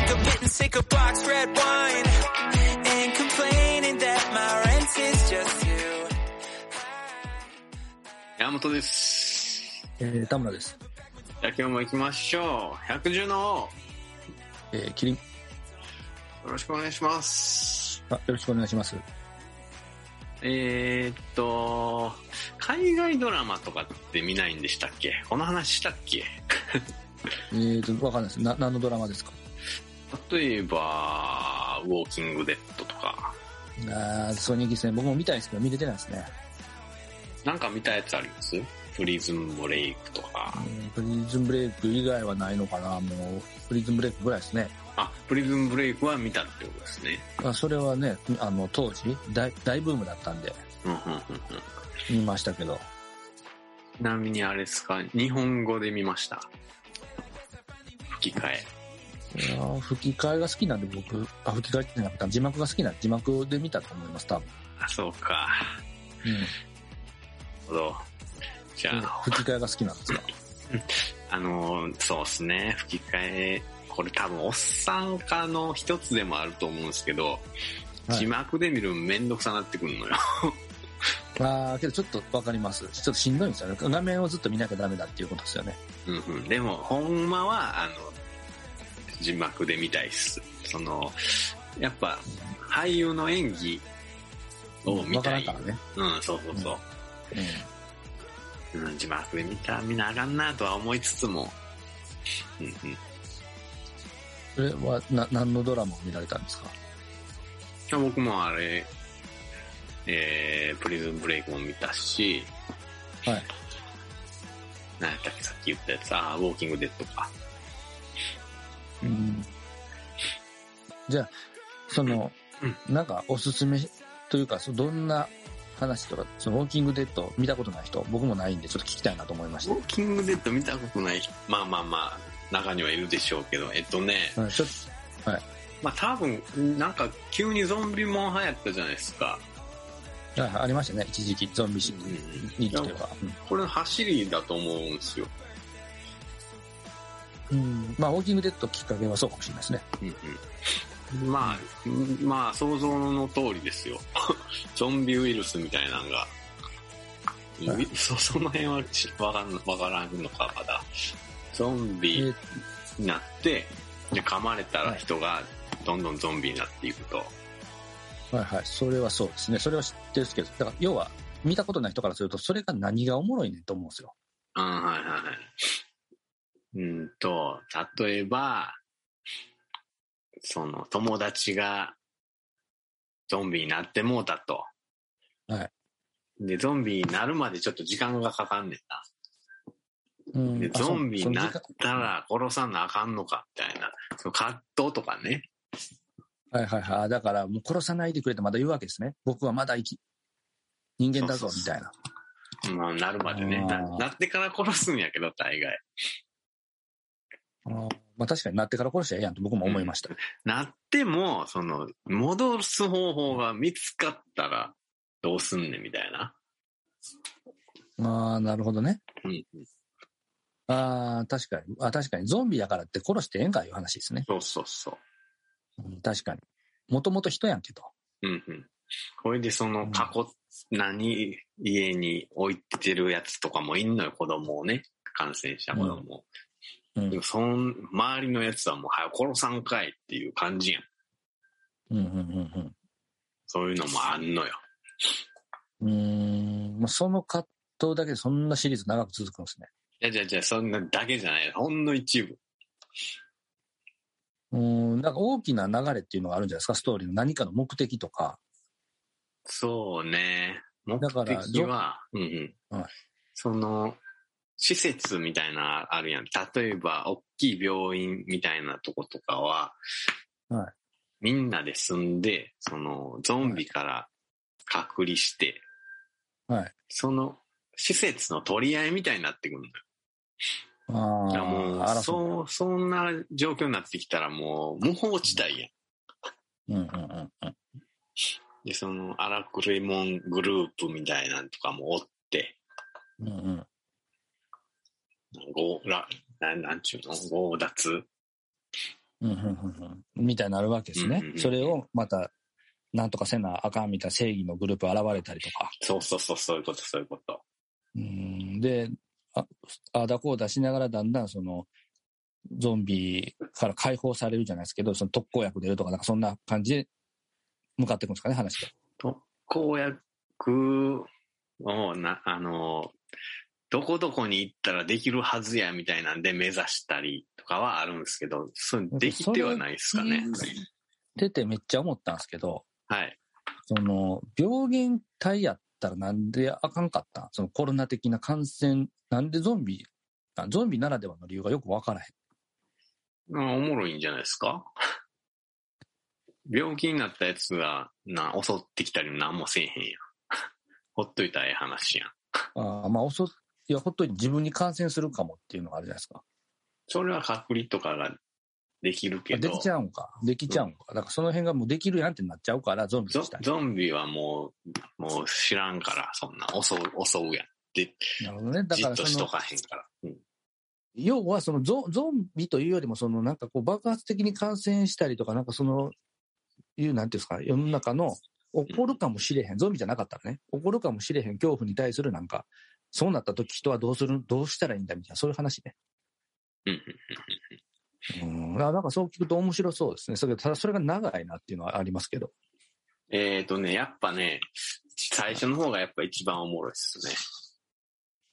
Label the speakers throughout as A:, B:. A: pick a box red wine and complaining that my rent is just you.
B: 山本です。
C: えー、田村です。
B: じゃあ今日も行きましょう。百獣の
C: えー、キリン。
B: 王、よろしくお願いします。
C: あ、よろしくお願いします。
B: えー、っと、海外ドラマとかって見ないんでしたっけこの話したっけ
C: えーと、わかんないです。な、何のドラマですか
B: 例えば、ウォーキングデッドとか、
C: あー、そう人気ですね。僕も見たいですけど、見れてないですね。
B: なんか見たやつありますプリズムブレイクと
C: え
B: か。
C: ープリズンブレイク以外はないのかなもう、プリズンブレイクぐらいですね。
B: あ、プリズムブレイクは見たってことですね。
C: あそれはね、あの、当時、大、大ブームだったんで、
B: うんうんうんうん
C: 見ましたけど。
B: ちなみにあれですか日本語で見ました。吹き替え。
C: いやー吹き替えが好きなんで僕、あ、吹き替えじゃなくて、字幕が好きなんで、字幕で見たと思います、多分。
B: あ、そうか。なるほど。じ
C: う
B: ゃ
C: ん。
B: あ、
C: 吹き替えが好きなんですか。
B: あのーそうですね、吹き替え、これ多分おっさん化の一つでもあると思うんですけど、
C: はい
B: 字幕で見るのめんどくさなってくるのよ。
C: あー、けどちょっとわかります。ちょっとしんどいんですよね。画面をずっと見なきゃダメだっていうことですよね。
B: うんうん。でも、ほんまは、あの、字幕で見たいっす。その、やっぱ、俳優の演技を見
C: わ
B: た
C: から
B: い。
C: んからね。
B: うん、そうそうそう。
C: うん
B: うん、字幕で見たら見なあかんなとは思いつつも、うんうん。
C: それはな何のドラマを見られたんですか
B: 僕もあれ、えー、プリズンブレイクも見たし、
C: はい。
B: なんやったっけさっき言ったやつ、あーウォーキングデッドか。
C: うん、じゃあ、その、なんかおすすめというか、そどんな話とか、そのウォーキングデッド見たことない人、僕もないんで、ちょっと聞きたいなと思いまし
B: ウォーキングデッド見たことない人、まあまあまあ、中にはいるでしょうけど、えっとね、
C: た。はい、ちょっ
B: まあ多分、なんか急にゾンビもん流行ったじゃないですか。
C: とはいありましたね、一時期、ゾンビシ
B: うん
C: 人気というか。
B: これの走りだと思うんですよ。
C: うん。うんまあ、ウォーキングデッドきっかけはそうかもしれないですね。
B: うんうん、まあ、うんまあ想像の通りですよ。 ゾンビウイルスみたいなのが。
C: は
B: そ その辺はしわかんわからんのか、まだ。ゾン
C: え
B: ビ
C: ー
B: になって、で噛まれたら人がどんどんゾンビになっていくと。
C: はいはい、それはそうですね。それは知ってるんですけど、だから要は、見たことない人からすると、それが何がおもろいねんと思うんですよ。
B: うん、はいはいはい。うんと、例えば、その友達がゾンビになってもうたと。
C: はい。
B: で、ゾンビになるまでちょっと時間がかかんねんな。
C: うん
B: で、
C: あそう
B: ゾンビ
C: そ
B: に
C: の
B: な
C: 時
B: っ
C: 間
B: たら殺さなあかんのかみたいな、その葛藤とかね。
C: はいはいはいあ。だから、もう殺さないでくれとまだ言うわけですね。僕はまだ生き、人間だ
B: そ
C: ぞ
B: う、そう
C: み
B: そう
C: たいな。
B: まあ、なるまでね
C: あ
B: な。
C: ー
B: なってから殺すんやけど、大概。
C: あのまあ確かになってから殺しちゃええやんと僕も思いました。
B: なっても、その、戻す方法が見つかったら、どうすんねんみたいな。
C: ああ、なるほどね。
B: うん。
C: ああ、確かに。あ確かに。ゾンビだからって殺してええんかいう話ですね。
B: そうそうそ
C: うん確かに。もともと人やんけど。
B: う。うんうん。これで、その、過去、何、家に置いてるやつとかもいんのよ、子供をね。感染した子供を。
C: う
B: で
C: ん
B: も、。その、周りのやつはもう、早く殺さんかいっていう感じやん。
C: うんうんうん
B: そういうのもあんのよ。
C: うん。うーん。まあその葛藤だけでそんなシリーズ長く続くんですね。
B: いやじゃあじゃあそんなだけじゃない。ほんの一部。
C: うーん。なんか大きな流れっていうのがあるんじゃないですか、ストーリーの何かの目的とか。
B: そうね。目
C: だから
B: 的は、うんうん。
C: はい
B: その、施設みたいなあるやん。例えば、大きい病院みたいなとことかは、
C: はい
B: みんなで住んで、その、ゾンビから隔離して、
C: はい
B: その、施設の取り合いみたいになってくるのよ。
C: あ
B: だからも
C: あ、
B: う、
C: 争う。
B: そう、そんな状況になってきたらもう、無法地帯やん。
C: うんうんうんうん。
B: で、その、荒くれもんグループみたいなんとかもおって、
C: うんうん。
B: ご、ら、ななんちゅうの強奪
C: うんうんうんうんみたいになるわけですね。
B: うんうんうん
C: それをまた、なんとかせなあかんみたいな正義のグループ現れたりとか。
B: そうそうそう、そういうこと、そういうこと。
C: うんで、ああーだこうだしながらだんだんその、ゾンビから解放されるじゃないですけど、その特効薬出るとか、なんかそんな感じで向かっていくんですかね、話が。
B: 特効薬をな、あの、どこどこに行ったらできるはずやみたいなんで目指したりとかはあるんですけど、そうできてはないですかね。
C: 出てめっちゃ思ったんですけど、
B: はい。
C: その、病原体やったらなんであかんかったんそのコロナ的な感染、なんでゾンビ、あゾンビならではの理由がよくわからへん。
B: うんおもろいんじゃないですか病気になったやつがな襲ってきたりも何もせえへんやん。 ほっといたらええ話やん。
C: あーまあ、遅っいや、ほっといて自分に感染するかもっていうのがあるじゃないですか。
B: それは隔離とかができるけ
C: あで
B: ど、
C: きちゃうんか。できちゃうんか。だからその辺がもうできるやんってなっちゃうから、ゾンビ
B: ゾ
C: にしたい。
B: ゾンビはもう、もう知らんから、そんな襲う、襲うやん。
C: なるほどね。だ
B: じ
C: か
B: っ
C: ら
B: とし
C: そ
B: と
C: の、
B: かへんから。うん
C: 要はそのゾゾンビというよりも、そのなんかこう爆発的に感染したりとか、なんかその、いう、なんていうんですか、世の中の、起こるかもしれへん、ゾンビじゃなかったらね、起こるかもしれへん恐怖に対するなんか、そうなった時人はどうする、どうしたらいいんだみたいな、そういう話ね。
B: うんうん
C: うん。だからなんかそう聞くと面白そうですね。それただそれが長いなっていうのはありますけど。
B: えーとね、やっぱね、最初の方がやっぱ一番おもろいっす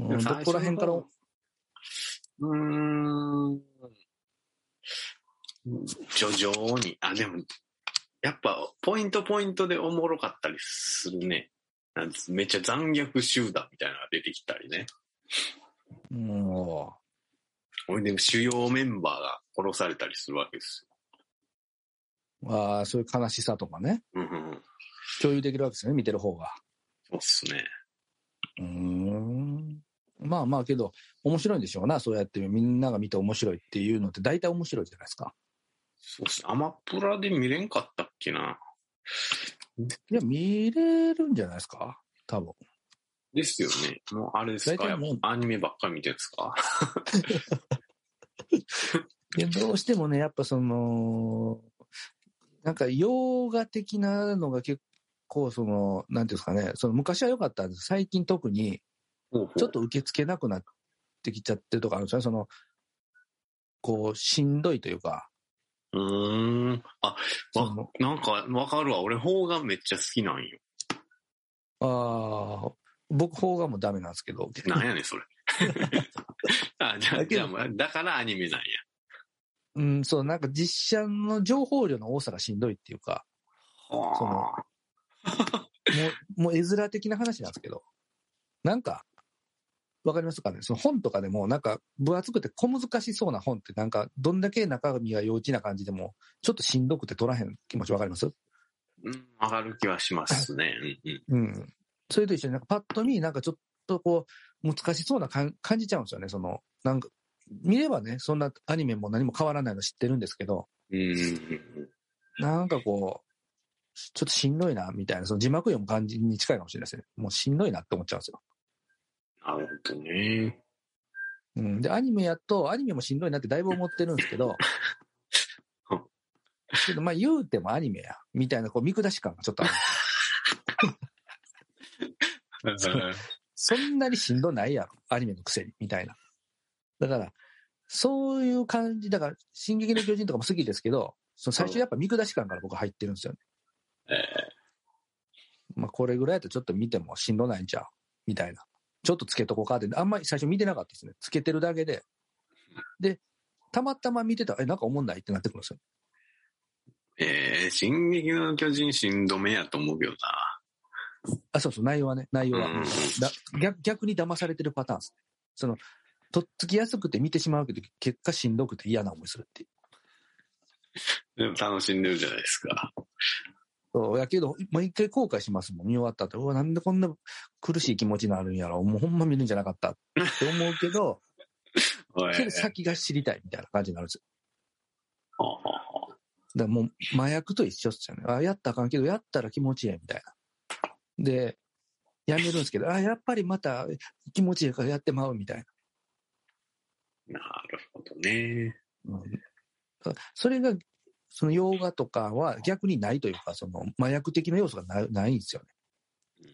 B: ね。
C: うんどこら辺から、
B: うーん。徐々に、あ、でも、やっぱ、ポイントポイントでおもろかったりするね。なんですめっちゃ残虐集団みたいなのが出てきたりね。
C: うん、おー
B: 俺でも主要メンバーが殺されたりするわけです
C: ああ、そういう悲しさとかね、
B: よ。うんうんうん。
C: 共有できるわけですよね、見てる方が。
B: そうっすね。
C: うーん。まあまあけど、面白いんでしょうな、そうやってみんなが見て面白いっていうのって大体面白いじゃないですか。
B: そうっすアマプラで見れんかったっけな。
C: いや、見れるんじゃないですか多分。
B: ですよね。もうあれですか
C: 大体もう
B: やっぱアニメばっかり見てるんです か
C: いや、どうしてもね、やっぱその、なんか洋画的なのが結構その、なんていうんですかね、その昔は良かったんです最近特にちょっと受け付けなくなってきちゃってるとかあるんですよね。その、こう、しんどいというか、
B: うーん。あ、
C: そ
B: わ、
C: の
B: なんかわかるわ。俺、邦画めっちゃ好きなんよ。
C: ああ、僕、邦画もダメなんですけど。
B: なんやねん、それ。 あ、じゃあ、
C: だけ
B: じ
C: ど
B: ゃあ、だからアニメなんや。
C: うん、そう、なんか実写の情報量の多さがしんどいっていうか、そのもう、もう絵面的な話なんですけど、なんか、わかりますかねその本とかでも、なんか分厚くて小難しそうな本って、なんかどんだけ中身が幼稚な感じでも、ちょっとしんどくて取らへん気持ちわかります
B: うん、わかる気はしますね。うんうん。
C: うん。それと一緒になんかパッと見、なんかちょっとこう、難しそうな感感じちゃうんですよね。その、なんか、見ればね、そんなアニメも何も変わらないの知ってるんですけど、
B: うん。
C: なんかこう、ちょっとしんどいな、みたいな、その字幕読む感じに近いかもしれないですね。もうしんどいなって思っちゃうんですよ。
B: なるほど ね。
C: うん。で、アニメやと、アニメもしんどいなってだいぶ思ってるんですけど
B: うん、
C: けどまあ言うてもアニメや、みたいなこう見下し感がちょっとある。そうそんなにしんどないやろ、アニメのくせに、みたいな。だから、そういう感じ、だから、進撃の巨人とかも好きですけど、その最初やっぱ見下し感から僕は入ってるんですよね。
B: え
C: まあこれぐらいだとちょっと見てもしんどないんちゃうみたいな。ちょっとつけとこうかって、あんまり最初見てなかったですね。つけてるだけで。で、たまたま見てたら、え、なんか思んないってなってくるんですよ。
B: えー、進撃の巨人しんどめやと思うけど
C: あ、そうそう、内容はね、内容
B: な。
C: は。
B: うん。
C: だ逆逆に騙されてるパターンですね。その、とっつきやすくて見てしまうけど、結果しんどくて嫌な思いするっていう。
B: でも楽しんでるじゃないですか。
C: そうやけど、毎回後悔しますもん、見終わった後。うわ、なんでこんな苦しい気持ちになるんやろ。もうほんま見るんじゃなかったって思うけ ど、
B: おい
C: けど先が知りたいみたいな感じになるんですよ。
B: ほうほうほう
C: だからもう麻薬と一緒っすよね。あ、やったらあかんけど、やったら気持ちええみたいな。で、やめるんですけど、あ、やっぱりまた気持ちええからやってまうみたいな。
B: なるほどね。
C: うんそれが、その洋画とかは逆にないというか、その麻薬的な要素がないないんですよね。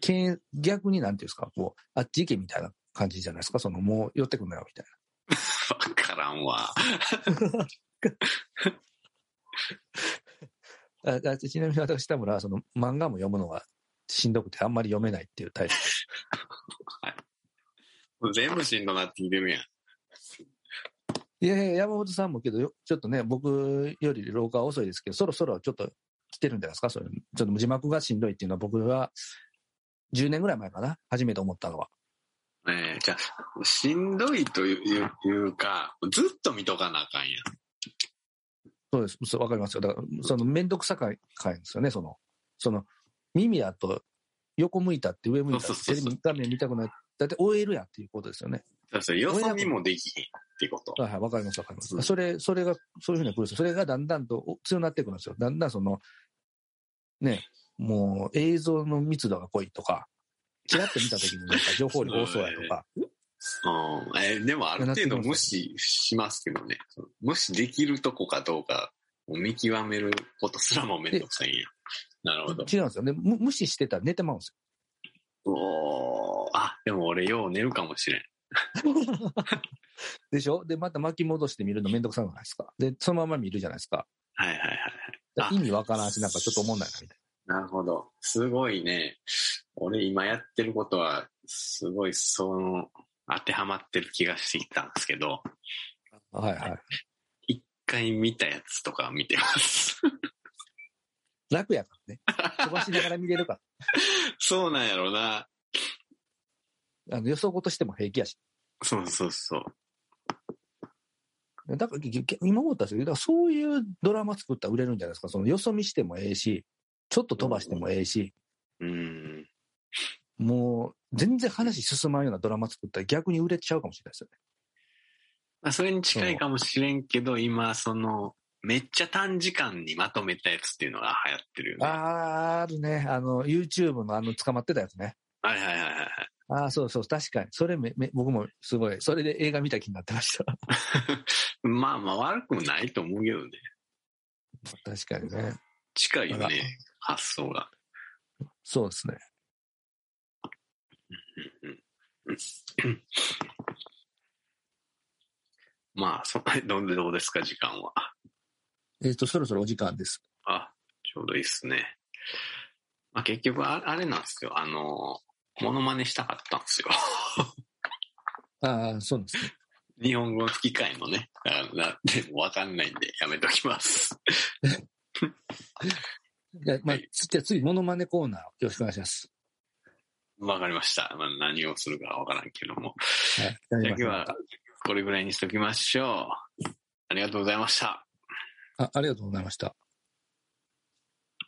C: け逆になんていうんですか、こう、あっち行けみたいな感じじゃないですか、そのもう寄ってくんなよみたい
B: わからんわ。
C: な。ああちなみに私、田村はその漫画も読むのがしんどくてあんまり読めないっていうタイ プ。
B: 全部しんどなってきてるやん。
C: いやいや、山本さんもけどよ、ちょっとね、僕より廊下は遅いですけど、そろそろちょっと来てるんじゃないですか、それ。ちょっと字幕がしんどいっていうのは僕は10年ぐらい前かな、初めて思ったのは。
B: ねえ、じゃあしんどいといういうか、ずっと見とかなあかんやん。
C: そうです。そうわかりますよ。だから、その、めんどくさかい、かいんですよね、その、その、耳だと、横向いたって上向いた
B: そう
C: っ
B: そうそ
C: て、
B: う
C: テレビ画面見たくない。だって OL やっていうことですよね。
B: だからよそ見もできへんってこと。
C: はいはい、わかります、わかりま
B: うん
C: す。それ、それが、そういうふうに来るんですよ。それがだんだんとお強くなってくるんですよ。だんだんその、ね、もう映像の密度が濃いとか、ちらっと見た時になんか情報量多そうやとか、
B: うんえでもある程度無視しますけどね。無視できるとこかどうかを見極めることすらもめんどくさいんや。なるほど。
C: 違うんですよね。む無視してたら寝てまうん です
B: おーあ、でも俺よう寝るかもしれん。
C: よ。でしょで、また巻き戻して見るのめんどくさくないですか。で、そのまま見るじゃないですか。
B: はいはいはい。
C: だから
B: あ
C: 意味わからんし、なんかちょっと思んないな、みたい
B: なるほど。すごいね。俺今やってることは、すごいその、当てはまってる気がしてきたんですけど、
C: な。はいはい。
B: 一回見たやつとか見て ます。
C: 楽やからね。飛ばしながら見れるか
B: そうなんやろな。
C: ら。あの予想事しても平気やし。
B: そうそうそう。
C: だから、ぎぎ今思ったんですけど、だからそういうドラマ作ったら売れるんじゃないですか。その、よそ見してもええし、ちょっと飛ばしてもええし、
B: うん。
C: もう、全然話進まんようなドラマ作ったら逆に売れちゃうかもしれないですよね。
B: まあ、それに近いかもしれんけど、今、その、めっちゃ短時間にまとめたやつっていうのが流行ってるよね。は
C: あー、あるね。あの、YouTube のあの、捕まってたやつね。
B: いはいはいはい。
C: ああ、そうそう、確かに。それめ、め、僕もすごい、それで映画見た気になってました。
B: まあまあ悪くもないと思うけどね。
C: 確かにね。
B: 近いよ
C: あら
B: ね、発想が。
C: そうですね。
B: まあ、そどうどうですか、時間は。
C: えっ、と、そろそろお時間です。
B: あ、ちょうどいいっすね。まあ、結局あ、あれなんですよ。あの、モノマネしたかったんですよ。
C: ああ、そうなんですね。
B: 日本語吹き替えのね。あなって、わかんないんで、やめときます。
C: じゃあ、ま
B: は
C: あ
B: い、
C: つじゃあ次、モノマネコーナー、よろしくお願いします。
B: わかりました。まあ、何をするかわからんけども。
C: はい。
B: じゃあ今日は、これぐらいにしときましょう。ありがとうございました。
C: あありがとうございました。